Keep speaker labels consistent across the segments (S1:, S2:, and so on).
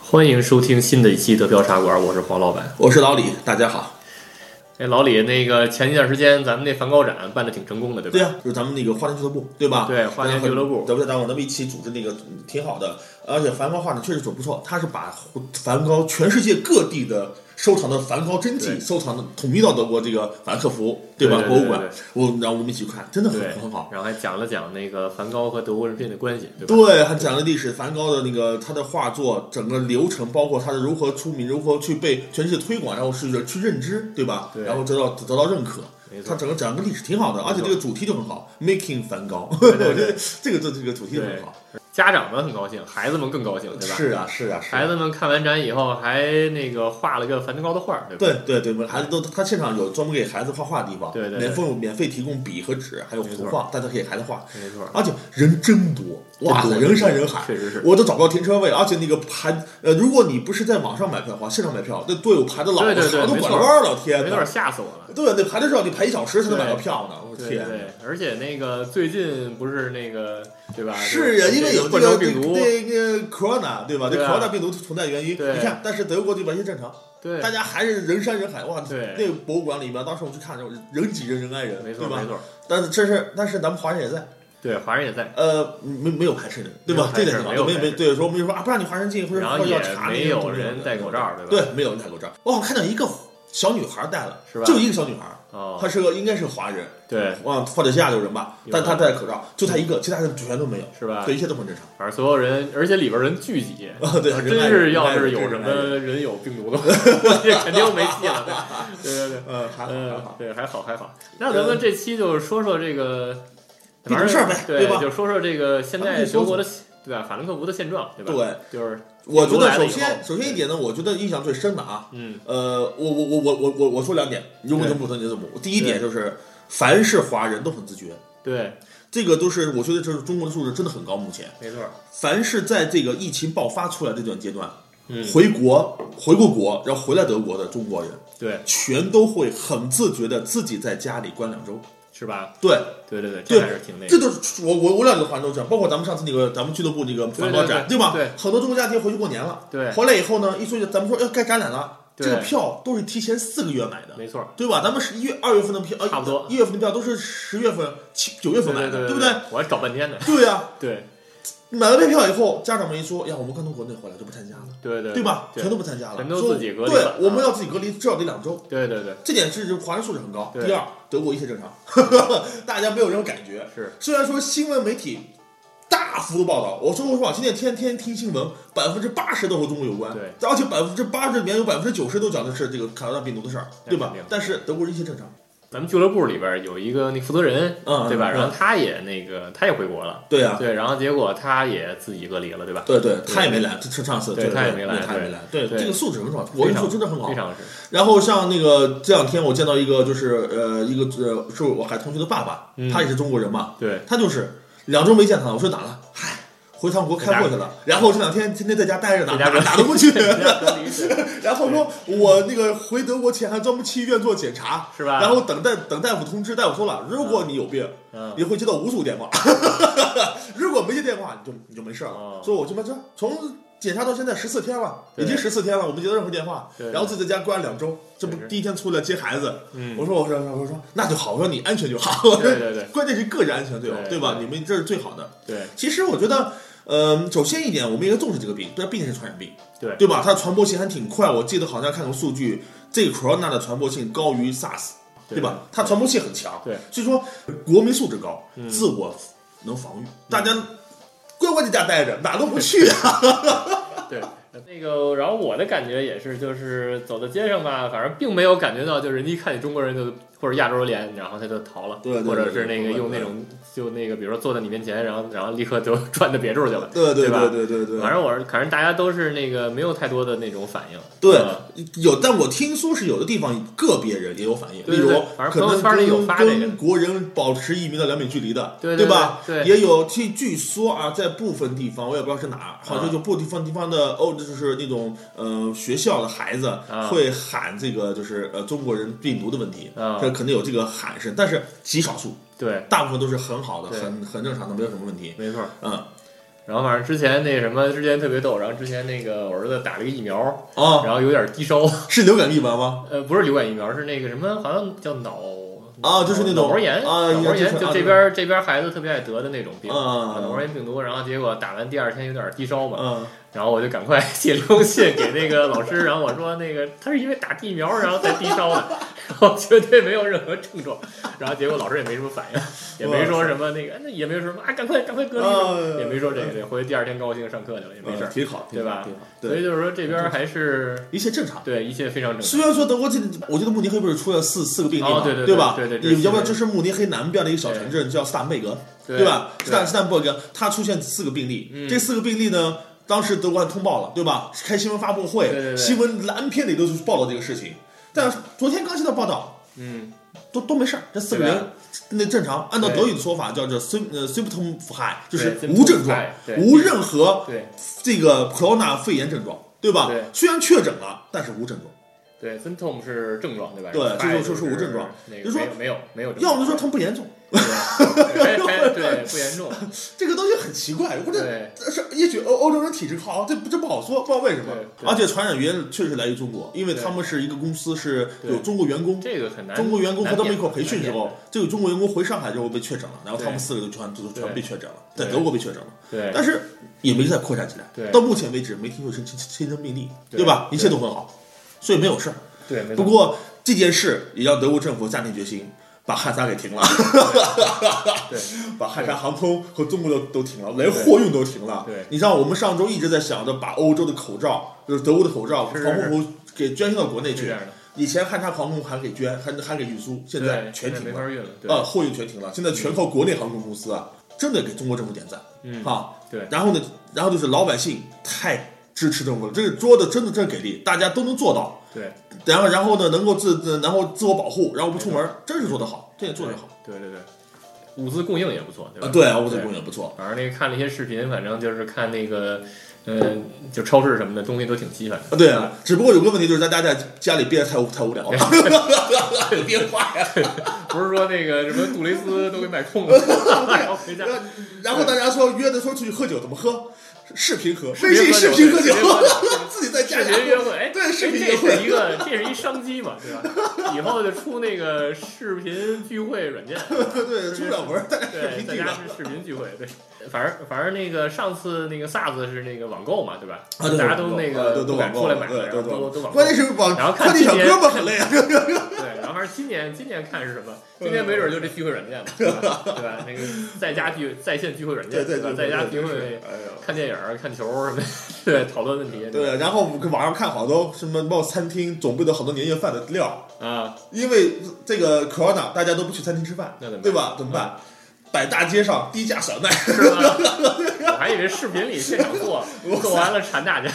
S1: 欢迎收听新的一期德标茶馆，我是黄老板。
S2: 我是老李，大家好。
S1: 哎，老李，那个前一段时间咱们那梵高展办的挺成功的，对吧？
S2: 对呀、就是咱们那个花田俱乐部，对吧？
S1: 对花田俱乐部
S2: 咱们咱们咱们一起组织那个嗯挺好的，而且梵高画展确实做不错，他是把梵高全世界各地的收藏的梵高真迹收藏的统一到德国这个法兰克福，吧？
S1: 对对对
S2: 博物馆
S1: 对，
S2: 我然后我们一起看，真的很
S1: 对，
S2: 很好。
S1: 然后还讲了讲那个梵高和德国人之间的关系，对吧？
S2: 对，还讲了历史，梵高的那个他的画作整个流程，包括他的如何出名，如何去被全世界推广，然后是去认知，对吧？
S1: 对
S2: 然后得到得到认可
S1: 没。错
S2: 他整个整个历史挺好的，而且这个主题就很好，making 梵高，
S1: 对对
S2: 我觉得 这个这这个主题就很好。
S1: 家长们很高兴，孩子们更高兴，对吧？
S2: 是啊，是啊，是
S1: 孩
S2: 啊。
S1: 子们看完展以后还那个画了个梵高的画，对吧？
S2: 对对对，我们孩子都他现场有专门给孩子画画的地方，
S1: 对对对
S2: 免费免费提供笔和纸，还有
S1: 没
S2: 图
S1: 错
S2: 画，大家可以给孩子画，
S1: 没错，
S2: 而且人真多，哇
S1: 真
S2: 塞，
S1: 多
S2: 人山人海，
S1: 确实是
S2: 我都找不到停车位，而且那个排，呃，如果你不是在网上买票的话，现场买票，那队伍排的老
S1: 对对对
S2: 长都
S1: 没
S2: 拐
S1: 错
S2: 弯儿了，天
S1: 没
S2: 哪
S1: 错，！吓死我了。
S2: 对，那排的时候你排一小时才能买到
S1: 对
S2: 票呢，我
S1: 对对
S2: 天！
S1: 对，而且那个最近不是那个对吧？
S2: 是
S1: 呀
S2: 呀，，因为有这
S1: 冠
S2: 个
S1: 状
S2: 这
S1: 病
S2: 个
S1: 毒，
S2: 那个 corona 对吧？这
S1: 对啊
S2: corona 病毒存在原因，
S1: 对
S2: 你看，但是德国这完全正常，
S1: 对，
S2: 大家还是人山人海，哇！
S1: 对
S2: 那个博物馆里面，当时我去看的时候，人挤人，人挨人，
S1: 没
S2: 对
S1: 错
S2: 吧
S1: 没？错，
S2: 但是这是，但是咱们华人也在，
S1: 对，华人也在，
S2: 呃，没没有排斥的，对吧？
S1: 没有排斥
S2: 这点挺好，
S1: 没有
S2: 没
S1: 排斥
S2: 没对，说我们就说啊，不让你华人进，或者
S1: 然后
S2: 或者
S1: 也
S2: 要查
S1: 没
S2: 那种
S1: 有人戴口罩，对
S2: 对
S1: 吧？，
S2: 没有人戴口罩。哦我好像看到一个小女孩戴了，
S1: 是吧
S2: 就一个小女孩，
S1: 哦，
S2: 她是个应该是华人，
S1: 对，
S2: 啊，或者是亚洲人吧，
S1: 有啊
S2: 但她
S1: 可
S2: 戴口罩，就她一个，其他人全都没有，
S1: 是吧？
S2: 对，一切都很正常。
S1: 反正所有人，而且里边人聚集，
S2: 啊， 对，人挨
S1: 真
S2: 着
S1: 是要是
S2: 人挨着
S1: 有什
S2: 人挨着
S1: 么人有病毒的话， 这肯定没戏了。对对对，
S2: 呃，还好还
S1: 嗯
S2: 好，，
S1: 对，还好还好。那咱们这期就说说这个，
S2: 嗯
S1: 反正
S2: 地图事儿呗
S1: 对
S2: 对吧
S1: 就说说这个现
S2: 咱
S1: 在
S2: 们就说
S1: 德国的对吧，法兰克福的现状，对吧？
S2: 对，
S1: 就是
S2: 我觉
S1: 如来了
S2: 得首
S1: 以
S2: 先
S1: 后
S2: 首先一点呢，我觉得印象最深的啊，
S1: 嗯，
S2: 呃，我我我我我我我说两点，如果
S1: 对
S2: 能不能你怎么？第一
S1: 对
S2: 点就是，凡是华人都很自觉，
S1: 对，
S2: 这个都是我觉得这是中国的素质真的很高。目前，
S1: 没错，
S2: 凡是在这个疫情爆发出来这段阶段，
S1: 嗯，
S2: 回国回过国，然后回来德国的中国人，
S1: 对，
S2: 全都会很自觉的自己在家里关两周。
S1: 是吧？
S2: 对，
S1: 对对对，这
S2: 对
S1: 还是挺那
S2: 这
S1: 个，
S2: 都是我我我两个华人都这样，包括咱们上次那个咱们俱乐部那个环保展，
S1: 对对对
S2: 吧？
S1: 对
S2: 很多中国家庭回去过年了，
S1: 对，
S2: 回来以后呢，一说咱们说要哎该展览了，
S1: 对
S2: 这个票都是提前四个月买的，
S1: 没错，
S2: 对吧？咱们十一月、二月份的票，呃
S1: 差不多
S2: 一月份的票都是十月份、七九月份买
S1: 对
S2: 的，
S1: 对
S2: 不
S1: 对？我还找半天呢，
S2: 对呀、
S1: 对
S2: 买了备票以后，家长们一说，哎呀，我们刚从国内回来就不参加了，
S1: 对对
S2: 对吧？
S1: 对
S2: 全都不参加了，
S1: 全都自己隔离
S2: 说
S1: 了啊
S2: 对，我们要自己隔离，至少得两周。
S1: 对对对，
S2: 这点是华人素质很高。
S1: 对
S2: 第二，德国一切正常， 大家没有任何感觉。
S1: 是，
S2: 虽然说新闻媒体大幅度报道，我说实话，现在天天听新闻，百分之八十都和中国有关，
S1: 对，
S2: 而且百分之八十里面有百分之九十都讲的是这个卡罗拉病毒的事儿，
S1: 那
S2: 对吧
S1: 肯定？
S2: 但是德国人一切正常，
S1: 咱们俱乐部里边有一个那负责人，
S2: 嗯，
S1: 对吧？
S2: 嗯
S1: 然后他也那个他也回国了，
S2: 对啊，
S1: 对，然后结果他也自己隔离了，对吧？
S2: 对对，他也没来，这这上次
S1: 对他也没来
S2: 对他也没来，对，
S1: 对
S2: 这个素质很好，我跟你说真的很好
S1: 非。常是，
S2: 然后像那个这两天我见到一个就是呃一个呃是我还同学的爸爸
S1: 嗯，
S2: 他也是中国人嘛，
S1: 对，
S2: 他就是两周没见他了，我说哪了？嗨，回趟国开会去了。然后这两天天天在家待着呢，
S1: 在家
S2: 哪
S1: 隔离
S2: 哪都不 去。
S1: 人家隔离是
S2: 然后说我那个回德国前还专门去医院做检查，
S1: 是吧？
S2: 然后等待等大夫通知，大夫说了，如果你有病，
S1: 嗯，
S2: 你会接到无数 电话；如果没接电话，你就你就没事
S1: 哦
S2: 了。所以我就妈这从。检查到现在十四天了，
S1: 对
S2: 已经十四天了，我没接到任何电话
S1: 对，
S2: 然后自己在家关了两周，这不
S1: 确实
S2: 第一天出来接孩子，
S1: 嗯，
S2: 我说我说我说那就好，我说你安全就好，
S1: 对对对
S2: 关键是个人安全最好，
S1: 对
S2: 对吧？
S1: 对
S2: 你们这是最好的。
S1: 对，
S2: 其实我觉得，嗯，首先一点，我们应该重视这个病，这毕竟是传染病，
S3: 对
S2: 对吧？它的传播性还挺快，我记得好像看过数据，这个 corona 的传播性高于 SARS，对吧？它传播性很强，
S3: 对，嗯
S2: 所以说国民素质高，自我能防御，大家乖乖在家待着，哪都不去啊。
S3: 对，那个，然后我的感觉也是，就是走在街上吧，反正并没有感觉到，就是人家一看你中国人就或者亚洲脸，然后他就逃了，
S2: 对对对
S3: 或者是那个
S2: 对对
S3: 用那种就那个，比如说坐在你面前，然后然后立刻就 转到别处去了，
S2: 对
S3: 对吧
S2: 对对对对，
S3: 反正我是，反正大家都是那个没有太多的那种反应，
S2: 对
S3: 嗯，
S2: 有，但我听说是有的地方个别人也有反应，
S3: 对
S2: 例如
S3: 对反
S2: 可
S3: 正朋
S2: 能
S3: 友圈里有
S2: 跟
S3: 发这个
S2: 跟国人保持一米到两米距离的，
S3: 对
S2: 对
S3: 对
S2: 吧？
S3: 对对
S2: 也有据据说啊，在部分地方我也不知道是哪，好
S3: 嗯
S2: 像就部地方地方的哦，就是那种呃学校的孩子
S3: 啊
S2: 会喊这个就是呃中国人病毒的问题，
S3: 啊
S2: 这可能有这个喊声，但是极少数，
S3: 对，
S2: 大部分都是很好的，
S3: 对
S2: 很很正常的，没有什么问题。
S3: 没错。
S2: 嗯，
S3: 然后反正之前那什么，之前特别逗，然后之前那个我儿子打了个疫苗，
S2: 啊，
S3: 然后有点低烧，
S2: 是流感疫苗吗？
S3: 呃，不是流感疫苗，是那个什么，好像叫脑
S2: 啊就是那种
S3: 脑膜炎，
S2: 啊
S3: 脑膜
S2: 就是
S3: 炎
S2: 啊
S3: 就这边儿这边儿孩子特别爱得的那种病，
S2: 啊
S3: 脑膜炎病毒。然后结果打完第二天有点低烧嘛，
S2: 嗯，
S3: 然后我就赶快写了封信给那个老师，然后我说那个他是因为打疫苗然后才低烧的，然后绝对没有任何症状。然后结果老师也没什么反应，也没说什么那个，那也没有什么啊，赶快赶快隔
S2: 啊
S3: 离，也没说这个，对，回去第二天高兴上课去了，也没事
S2: 嗯
S3: 儿。
S2: 挺好，挺
S3: 对吧
S2: 好挺好，
S3: 所以
S2: 对，
S3: 就是说这边儿还是
S2: 一切正常。
S3: 对一切非常正常。
S2: 虽然说德国这，我觉得慕尼黑不是出了四四个病例嘛，
S3: 哦对对对
S2: 吧？
S3: 对对对
S2: 你要不然就是慕尼黑南边的一个小城镇叫斯坦贝格，
S3: 对
S2: 吧？
S3: 对嗯
S2: 斯坦斯坦伯格，它出现四个病例，这四个病例呢，当时德国还通报了，对吧？开新闻发布会，
S3: 对对对
S2: 新闻蓝篇里都是报道这个事情，但是昨天刚接到报道，
S3: 嗯，
S2: 都都没事儿，这四个
S3: 对
S2: 人
S3: 吧
S2: 那正常，按照
S3: 对
S2: 德语的说法叫做 sym 呃 symptom free，就是
S3: 对
S2: 无症状
S3: symptom-free，，对
S2: 无任何
S3: 对
S2: 这个 corona 肺炎症状，对吧
S3: 对？
S2: 虽然确诊了，但是无症状。
S3: 对，symptom 是症状对吧？
S2: 对
S3: 然后
S2: 这就
S3: high
S2: 说
S3: 就是
S2: 无症状
S3: 那
S2: 就
S3: 个
S2: 说
S3: 没有没有没有症
S2: 要
S3: 状，
S2: 么就说他们不严重，
S3: 对对对不严 重，
S2: 这个东西很奇怪，或者呃
S3: 对
S2: 是也许欧欧洲人体质好，这不这不好说，不知道为什么
S3: 对。对
S2: 而且传染源确实来自于中国，因为
S3: 对
S2: 他们是一个公司，是
S3: 对
S2: 有中国员工，
S3: 这个很难。
S2: 中国员工和他们一块
S3: 难免
S2: 培训之后，，这个中国员工回上海之后被确诊了，然后他们
S3: 对
S2: 四个就传就全
S3: 对
S2: 被确诊了，在
S3: 对
S2: 德国被确诊了，
S3: 难免对
S2: 但是也没再扩展起来。
S3: 对
S2: 到目前为止没听说新新新增病例，
S3: 对
S2: 对吧？一
S3: 对
S2: 切都很好，所以没有事儿。
S3: 对，没
S2: 不
S3: 错
S2: 过这件事也让德国政府下定决心。把汉莎给停了，
S3: 对
S2: 把汉莎航空和中国的都停了，连货运都停了。
S3: 对
S2: 你知道我们上周一直在想着把欧洲的口罩，就是德国的口罩，
S3: 是是
S2: 防护服给捐献到国内
S3: 是这
S2: 去
S3: 样的。
S2: 以前汉莎航空还给捐，还还给运输，现在
S3: 对，
S2: 全
S3: 现在
S2: 停
S3: 没法
S2: 了，
S3: 运了，
S2: 啊，
S3: 对
S2: 货运全停了，现在全靠国内航空公司啊，真的给中国政府点赞，
S3: 嗯
S2: 啊，
S3: 对
S2: 然后呢，然后就是老百姓太支持政府了，这个做的真的真给力，大家都能做到，
S3: 对
S2: 然后然后呢，能够自自然后自我保护，然后不出门，真是做得好，这也做得好
S3: 对对对，物资供应也不错，对
S2: 啊！
S3: 吧？
S2: 对啊，我这工也不错。
S3: 反正那个看了一些视频，反正就是看那个，呃，就超市什么的东西都挺稀，反正
S2: 啊，对啊，只不过有个问题就是大家在家里憋得太无太无聊 了，憋坏了。
S3: 不是说那个什么杜蕾斯都给买 空了，然后回家
S2: 然后大家说约着说出去喝酒，怎么喝？视频喝，
S3: 视
S2: 微
S3: 频
S2: 信
S3: 喝
S2: 视频
S3: 酒
S2: 喝酒
S3: 对视频 喝，酒
S2: 自己在家
S3: 视
S2: 里
S3: 频约会，哎，
S2: 对视频约
S3: 这
S2: 会
S3: 是一个，这是一商机嘛，对吧？以后就出那个视频聚会软件，
S2: 对对，出两门，大家 视
S3: 对，
S2: 频
S3: 大
S2: 聚
S3: 家
S2: 了。
S3: 是视频聚会，对，反正反正那个上次那个 SARS 是那个网购嘛，对吧？
S2: 啊，对
S3: 大家都那
S2: 啊
S3: 个
S2: 都都
S3: 不敢
S2: 网
S3: 出
S2: 购
S3: 来
S2: 了，
S3: 买，
S2: 对
S3: 然
S2: 对
S3: 后都都网购
S2: 关。键是网，
S3: 然后看
S2: 关键小
S3: 今天
S2: 哥们很累啊。
S3: 对，然后反正今年今年看是什么？今年没准就是聚会软件嘛，对吧？对吧？那个在家聚在线聚会软
S2: 对
S3: 件，
S2: 对
S3: 吧？
S2: 对，
S3: 在家聚
S2: 聚
S3: 会。
S2: 哎呦。
S3: 看电影儿、看球儿什么的， 对，讨论问题，
S2: 对，啊然后网上看好多什么某餐厅准备的好多年夜饭的料，
S3: 啊，
S2: 因为这个 corona 大家都不去餐厅吃饭，
S3: 那怎么办嗯
S2: 对吧？怎么办？摆大街上低价小卖，
S3: 是吗？我还以为视频里现场做，做完了馋大家。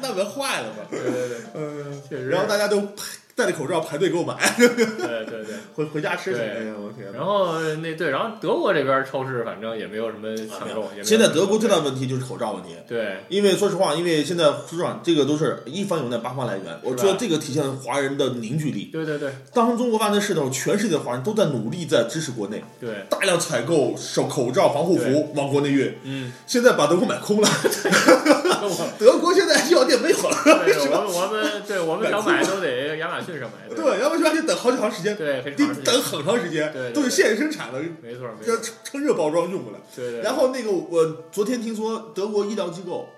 S2: 那不坏了吗？
S3: 对对对，
S2: 嗯，
S3: 确实。
S2: 然后大家都排戴着口罩排队购买，
S3: 对对对。
S2: 回回家吃去。
S3: 对
S2: 哎呀，我天！
S3: 然后呃那对，然后德国这边超市反正也没有什么抢购，也没有
S2: 现在德国最大的问题就是口罩问题。
S3: 对
S2: 因为说实话，因为现在说实话，这个都是一方有难，八方来援。我
S3: 是吧
S2: 觉得这个体现了华人的凝聚力。
S3: 对对对
S2: 当中国发生事的时候，全世界的华人都在努力在支持国内，
S3: 对，
S2: 大量采购手口罩、防护服往国内运。
S3: 嗯，
S2: 现在把德国买空了，
S3: 那我
S2: 德国现在药店没有了，
S3: 对，我们我们对我们想买都得亚马逊上买，对，
S2: 对，要不然就得好几长时间，
S3: 对很长
S2: 得
S3: 时间
S2: 等，很长时间，
S3: 对对
S2: 都是现生产了，
S3: 没错没错
S2: 要，趁趁热包装用不了。
S3: 对对。
S2: 然后那个，我昨天听说德国医疗机构，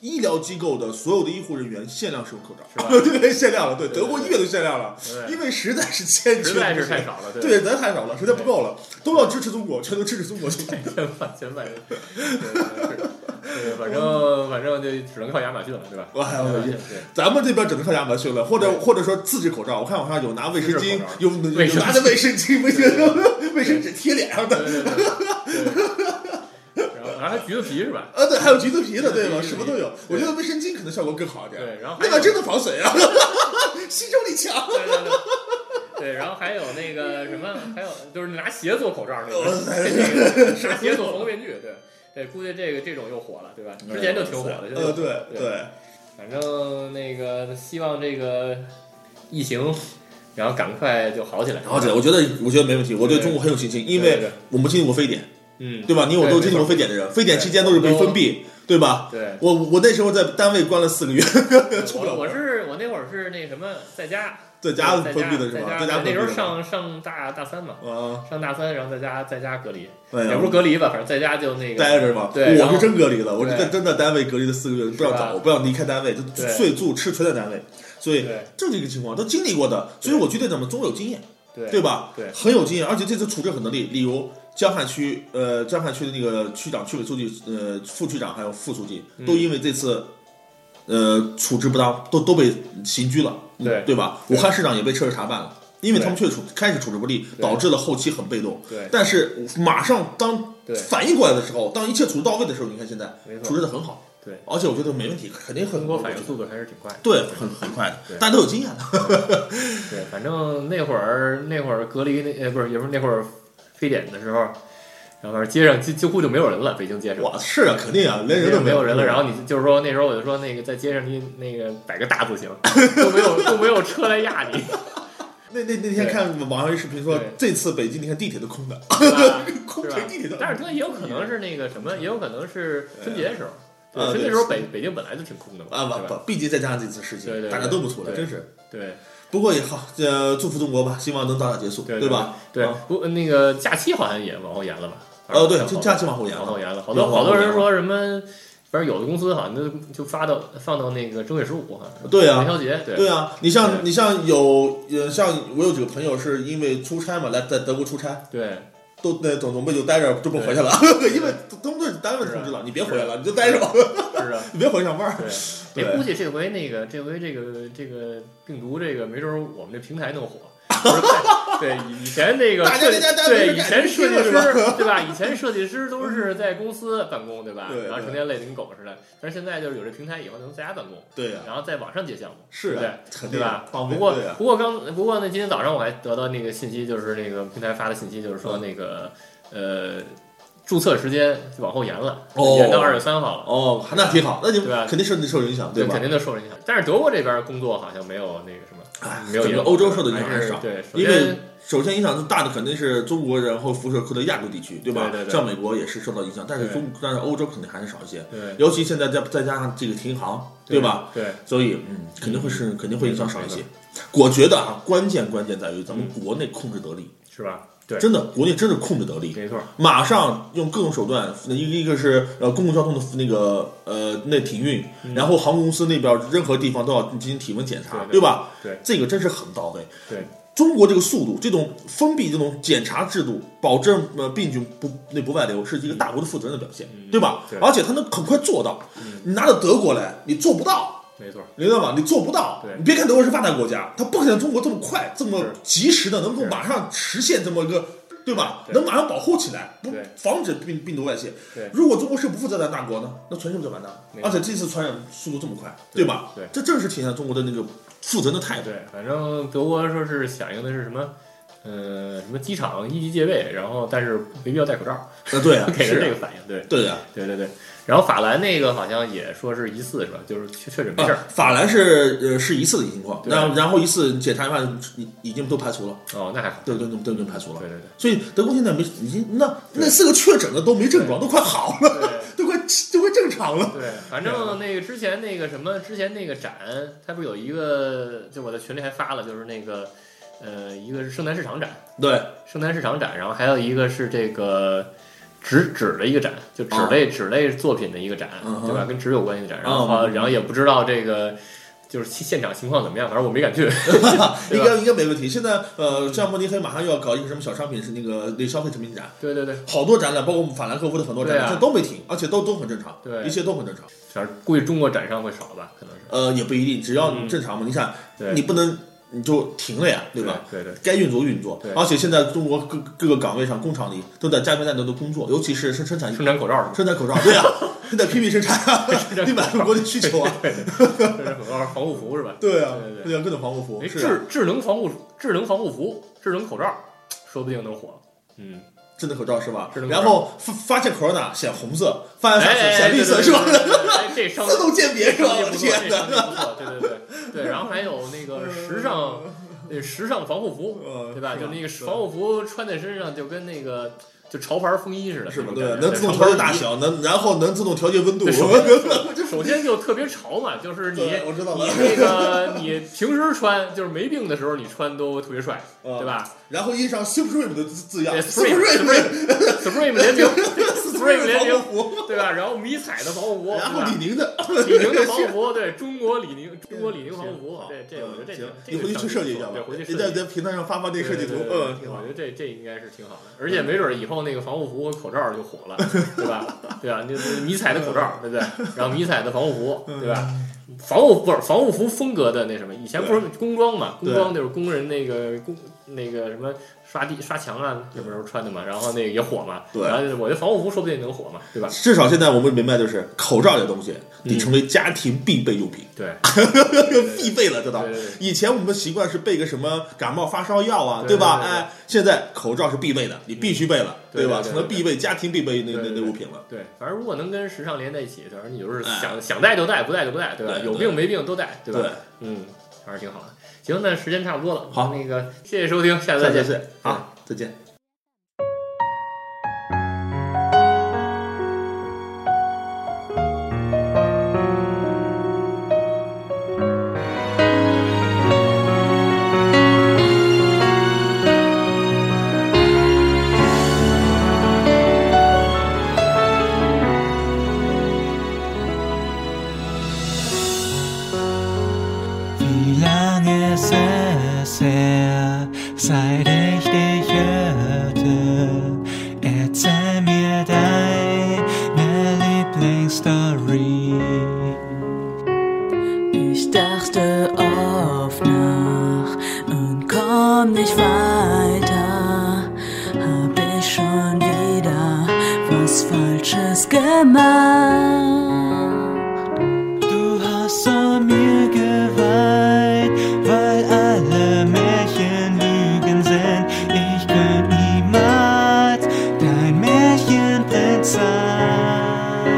S2: 医疗机构的所有的医护人员限量使用口罩，
S3: 是
S2: 对，限量了，对，
S3: 对
S2: 德国医院都限量了，
S3: 对
S2: 因为实在是欠缺，
S3: 实在是太少了，
S2: 对，咱太少了，实在不够了，都要支持中国，全都支持中国去。
S3: 千万千万，对对是，对，反正反正就只能靠亚马逊了，对吧？
S2: 哇我
S3: 对
S2: 也咱们这边只能靠亚马逊了，或者
S3: 嗯对
S2: 或者说自制口罩。我看网上有拿卫生
S3: 自制
S2: 巾
S3: 口罩，
S2: 有
S3: 卫
S2: 有
S3: 生
S2: 拿着卫生巾、卫
S3: 对
S2: 生卫生纸贴脸上的，
S3: 对对对。然后还橘子皮是吧？
S2: 啊对，还有橘子皮的，对
S3: 橘子
S2: 吧？
S3: 皮
S2: 什么都有。
S3: 对
S2: 我觉得卫生巾可能效果更好一点，
S3: 对，然后
S2: 那
S3: 还有
S2: 个真的防水 啊，吸收力强。
S3: 对对对。对，然后还有那个什么，还有就是拿鞋做口罩那个，拿鞋做防毒面具，对对，估计这个这种又火了，对吧？之前就嗯挺火的，现在
S2: 呃，对
S3: 对反正那个希望这个疫情，然后赶快就好起来，
S2: 然后这，我觉得我觉得没问题，我对中国很有信心，因
S3: 对
S2: 为
S3: 对
S2: 我们经历过非典，
S3: 嗯，
S2: 对吧？你我
S3: 对
S2: 都
S3: 没
S2: 经历过
S3: 错
S2: 非典的人，非典期间都是被
S3: 都
S2: 封闭，对吧？
S3: 对，
S2: 我我那时候在单位关了四个月， 出不了
S3: 我我
S2: 门，
S3: 是我那会儿是那什么，在家
S2: 在
S3: 在家
S2: 家封闭的是吧？在
S3: 在
S2: 家
S3: 那时候
S2: 封闭的
S3: 上上大大三嘛，
S2: 啊，
S3: 上大三，然后在家在家隔离，
S2: 哎呀
S3: 也不是隔离吧，反正在家就那
S2: 待
S3: 个
S2: 着嘛。
S3: 对然
S2: 我
S3: 后
S2: 是真隔离了，我是
S3: 对
S2: 在真的单位隔离了四个月，不要
S3: 吧
S2: 走，不要离开单位，就
S3: 对
S2: 睡住吃全在单位，所以
S3: 对
S2: 这是一个情况，都经历过的，所以我觉得咱们总有经验，
S3: 对
S2: 对吧？
S3: 对
S2: 很有经验，而且这次处置很得力，例如。江汉区，呃，江汉区的那个区长、区委书记、呃，副区长还有副书记，
S3: 嗯
S2: 都因为这次，呃，处置不当，都都被刑拘了，嗯
S3: 对
S2: 对吧？武
S3: 对
S2: 汉市长也被撤职查办了，因为他们确实处开始处置不力，
S3: 对
S2: 导致了后期很被动。
S3: 对
S2: 但是马上当
S3: 对
S2: 反应过来的时候，当一切处置到位的时候，你看现在
S3: 没错
S2: 处置的很好，
S3: 对，
S2: 而且我觉得没问题，肯定很
S3: 中国反应速度还是挺快的。
S2: 对，很很快的
S3: 对，
S2: 大家都有经验的，
S3: 对，反正那会儿那会儿隔离那呃不是也不是那会儿非典的时候，然后反正街上几几乎就没有人了，北京街上。
S2: 哇，是啊，肯定啊，连人都
S3: 没有人了，然
S2: 后
S3: 后你就是说那时候我就说那个在街上你那个摆个大字形，都没有都没有车来压你，
S2: 那那那天
S3: 对
S2: 看网上一视频说
S3: 对，
S2: 这次北京你看地铁都空的，
S3: 是吧
S2: 空
S3: 是吧
S2: 乘地铁都，
S3: 但是它也有可能是那个什么，也有可能是春节的时候。
S2: 对
S3: 春节
S2: 啊对
S3: 时候北北京本来就挺空的嘛，
S2: 啊
S3: 对
S2: 不
S3: 吧？
S2: 不，毕竟再加上这次事
S3: 对
S2: 情，
S3: 对
S2: 大家
S3: 对
S2: 都不错了，
S3: 对
S2: 真是。
S3: 对
S2: 不过也好，呃，祝福中国吧，希望能早点结束，
S3: 对
S2: 对吧？
S3: 对
S2: 啊，
S3: 不那个假期好像也往后延了吧？
S2: 呃，对，
S3: 往
S2: 就
S3: 后
S2: 假期往后延
S3: 往后
S2: 了，
S3: 延了，好
S2: 对
S3: 多
S2: 往
S3: 好
S2: 后
S3: 多
S2: 延
S3: 人
S2: 了
S3: 说什么，反正有的公司好像就就发到放到那个正月十五哈，
S2: 对啊
S3: 元，宵节对
S2: 对啊，你像
S3: 对
S2: 你像有呃，像我有几个朋友是因为出差嘛，来在德国出差，
S3: 对
S2: 都那总总备就待着，就不回去了， 因为他们都是单位通知了，你别回来了，你就待着吧，
S3: 啊是啊。
S2: 你别回去上班儿。
S3: 对，
S2: 对
S3: 别估计这回那个这回这个这个病毒这个，没准儿我们这平台 弄火。不是在对，以以前那个
S2: 大家
S3: 设计
S2: 在家待着
S3: 对
S2: 没
S3: 以
S2: 事干
S3: 前设计师
S2: 是吧嗯
S3: 对吧？以前设计师都是在公司办公对吧？
S2: 对
S3: 然后
S2: 对
S3: 成天累得跟狗似的。但是现在就是有这平台以后能在家办公，
S2: 对呀，
S3: 然后在网上接项目，
S2: 是
S3: 对不
S2: 啊
S3: 对，
S2: 肯
S3: 对
S2: 定
S3: 吧？
S2: 方
S3: 不
S2: 便
S3: 过
S2: 对啊
S3: 不过刚不过那今天早上我还得到那个信息，就是那个平台发的信息，就是
S2: 嗯
S3: 说那个呃注册时间往后延了，
S2: 哦
S3: 延到二月三号了。
S2: 哦，那挺好，那就
S3: 对吧
S2: 肯定受受影响，
S3: 对，
S2: 吧
S3: 肯？定都受影响。但是德国这边工作好像没有那个什么，
S2: 哎
S3: 没有
S2: 整
S3: 影
S2: 个
S3: 响
S2: 欧洲受的影响
S3: 还是
S2: 少，
S3: 对，首
S2: 因为
S3: 先
S2: 首先影响最大的肯定是中国，然后辐射扩到亚洲地区，对吧
S3: 对对？对
S2: 像美国也是受到影响，但是中但是欧洲肯定还是少一些，
S3: 对
S2: 尤其现在再再加上这个停航，对吧？？
S3: 对
S2: 所以，嗯，肯定会是肯定会影响少一些。我觉得啊，关键关键在于咱们国内控制得力，
S3: 是吧？对，
S2: 真的，国内真的控制得力。
S3: 没错，
S2: 马上用各种手段，一个一个是呃公共交通的那个呃那停运，然后航空公司那边任何地方都要进行体温检查，
S3: 嗯对对
S2: 吧？
S3: 对
S2: 这个真是很到位。
S3: 对
S2: 中国这个速度，这种封闭这种检查制度，保证呃病菌不那不外流，是一个大国的负责任的表现，
S3: 嗯
S2: 对吧？
S3: 对嗯
S2: 而且它能很快做到。你拿到德国来，你做不到，
S3: 没错，
S2: 明白吗？你做不到
S3: 对。
S2: 你别看德国是发达国家，它不可能中国这么快、这么
S3: 是
S2: 及时的能够
S3: 是
S2: 马上实现这么一个，对吧？
S3: 对
S2: 能马上保护起来，不
S3: 对
S2: 防止病病毒外泄
S3: 对。
S2: 如果中国是不负责任的大国呢，那全世界就完蛋了
S3: 没。错
S2: 而且这次传染速度这么快，
S3: 对
S2: 吧？
S3: 对
S2: 这正是体现中国的那个负责任的态度。
S3: 对，反正德国说是响应的是什么？呃，什么机场一级戒备，然后但是没必要戴口罩，
S2: 啊，对啊，
S3: 给
S2: 是
S3: 人这
S2: 啊
S3: 个反应，对，
S2: 对的。
S3: 对对对。然后法兰那个好像也说是疑似是吧？就是确确诊没事儿
S2: 啊，法兰是呃是一次的情况，
S3: 对
S2: 然后然后一次检查一下，已已经都排除了，
S3: 哦，那还好，
S2: 对对对，都已经排除了
S3: 对。对对
S2: 所以德国现在没已经那
S3: 对
S2: 那四个确诊的都没症状，都快好了。
S3: 对
S2: 都快就会正常了。
S3: 对，反正那个之前那个什么，之前那个展，它不是有一个，就我在群里还发了，就是那个，呃，一个是圣诞市场展，
S2: 对，
S3: 圣诞市场展，然后还有一个是这个纸纸的一个展，就纸类、纸类作品的一个展，
S2: 嗯哼
S3: 对吧？跟纸有关系的展，然后、
S2: 嗯
S3: 然后也不知道这个就是现场情况怎么样，反正我没敢去。 对
S2: 应
S3: 吧
S2: 该应该没问题。现在呃，像慕尼黑马上又要搞一个什么小商品是那个那消费产品展，
S3: 对对对，
S2: 好多展览，包括我们法兰克福的很多展览，
S3: 对啊
S2: 这都没停，而且都都很正常，
S3: 对
S2: 一切都很正常。
S3: 反正估计中国展商会少吧，可能是。
S2: 呃，也不一定，只要你
S3: 嗯
S2: 正常嘛，你想
S3: 对，
S2: 你不能你就停了呀，对
S3: 对
S2: 吧？？
S3: 对对，
S2: 该运作运作
S3: 对，
S2: 而且现在中国各各个岗位上，工厂里都在加班战斗的工作，尤其是生生产
S3: 生产口罩
S2: 生产口罩，对 啊，现在批评生产啊，你满足国内需求啊，
S3: 是 吧？生产口罩、防护服是吧？
S2: 对啊
S3: 对对，对
S2: 对啊，各种防护服
S3: 哎，，
S2: 是啊
S3: 智智能防护、智能防护服、智能口罩，说不定能火。嗯，
S2: 智能口罩是吧
S3: 智能？口罩
S2: 然后发发现 corona 显红色，发
S3: 哎
S2: 现啥
S3: 哎，
S2: 显
S3: 哎
S2: 显绿色是吧？？
S3: 对对对对哎这商
S2: 自动鉴别是吧？我
S3: 这
S2: 的
S3: 商
S2: 天
S3: 业不
S2: 哪！
S3: 错，这商业不错，对对对对。然后还有那个时尚，那时尚防护服，
S2: 呃
S3: 对吧？
S2: 是
S3: 就那个防护服穿在身上，就跟那个就潮牌风衣似的，
S2: 是吧？
S3: 那
S2: 对，
S3: 种感觉
S2: 能自动调节大。
S3: 潮牌
S2: 小，能然后能自动调节温度。
S3: 哎 对手
S2: 我
S3: 风衣首先就特别潮嘛，就是 你
S2: 对我知道了
S3: 你那个你平时穿就是没病的时候你穿都特别帅，
S2: 嗯
S3: 对吧
S2: 然后印上 Supreme 的字 样
S3: 对
S2: ，Supreme
S3: ？Supreme 联名，Supreme 联名
S2: 防，护服，
S3: 对吧？然后迷彩的防护服，
S2: 然后
S3: 对吧
S2: 李宁 的，
S3: 李宁的防护服，对中国李宁，中国李 宁防护服
S2: 好，嗯
S3: 对这我觉得这
S2: 行
S3: 个，
S2: 你回去去设计一下吧
S3: 对，回去，
S2: 你
S3: 设
S2: 在
S3: 计
S2: 在。平台上发发那个设计图
S3: 对，对对
S2: 嗯，
S3: 对
S2: 挺
S3: 我
S2: 好
S3: 觉。得这这应该是挺好的，而且没准儿以后那个防护服和口罩儿就 火了，对吧？对吧？啊你你迷彩的口罩儿，对不对？然后迷彩的防护服，
S2: 嗯
S3: 对吧？防护不是防护服风格的那什么，以前不是工装嘛，工
S2: 对
S3: 装就是工人那个工那个什么刷地刷墙啊，什么时候穿的嘛，然后那个也火嘛，
S2: 对
S3: 然后我觉得防护服说不定能火嘛，对吧？
S2: 至少现在我们明白，就是口罩这东西
S3: 嗯
S2: 得成为家庭必备用品，
S3: 对，
S2: 必备了，知道
S3: 对对对？
S2: 以前我们习惯是备个什么感冒发烧药啊，
S3: 对
S2: 吧？
S3: 对对对
S2: 哎，现在口罩是必备的，你必须备了，
S3: 对对
S2: 吧？
S3: 对对
S2: 成了必备家庭必备那
S3: 对
S2: 那
S3: 对
S2: 那
S3: 对
S2: 物品了。
S3: 对，反正如果能跟时尚连在一起，反正你就是
S2: 哎
S3: 想、想戴就戴，不戴就不戴，对吧？
S2: 对
S3: 有
S2: 对
S3: 病没病都戴，对吧？
S2: 对
S3: 嗯，还是挺好的。行，那时间差不多了，
S2: 好
S3: 那个谢谢收听，下次
S2: 再
S3: 再
S2: 见，
S3: 见。
S2: 再见好，再见。
S4: Wie lange es her, seit ich dich hörte? Erzähl mir deine Lieblingsstory.
S5: Ich dachte oft nach und komm nicht weiter. Hab ich schon wieder was Falsches gemacht?
S4: Du hast vor mir geweint, weil alle Märchen Lügen sind. Ich könnte niemals dein Märchenprinz sein.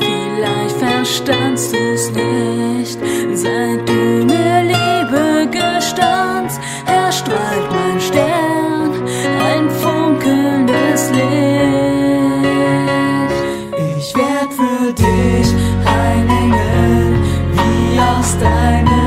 S5: Vielleicht verstandst du's nicht, seit du mir Liebe gestanzt. Erstrahlt mein Stern ein funkelndes Licht. Ich werd für dich ein Engel, wie aus deinem Halt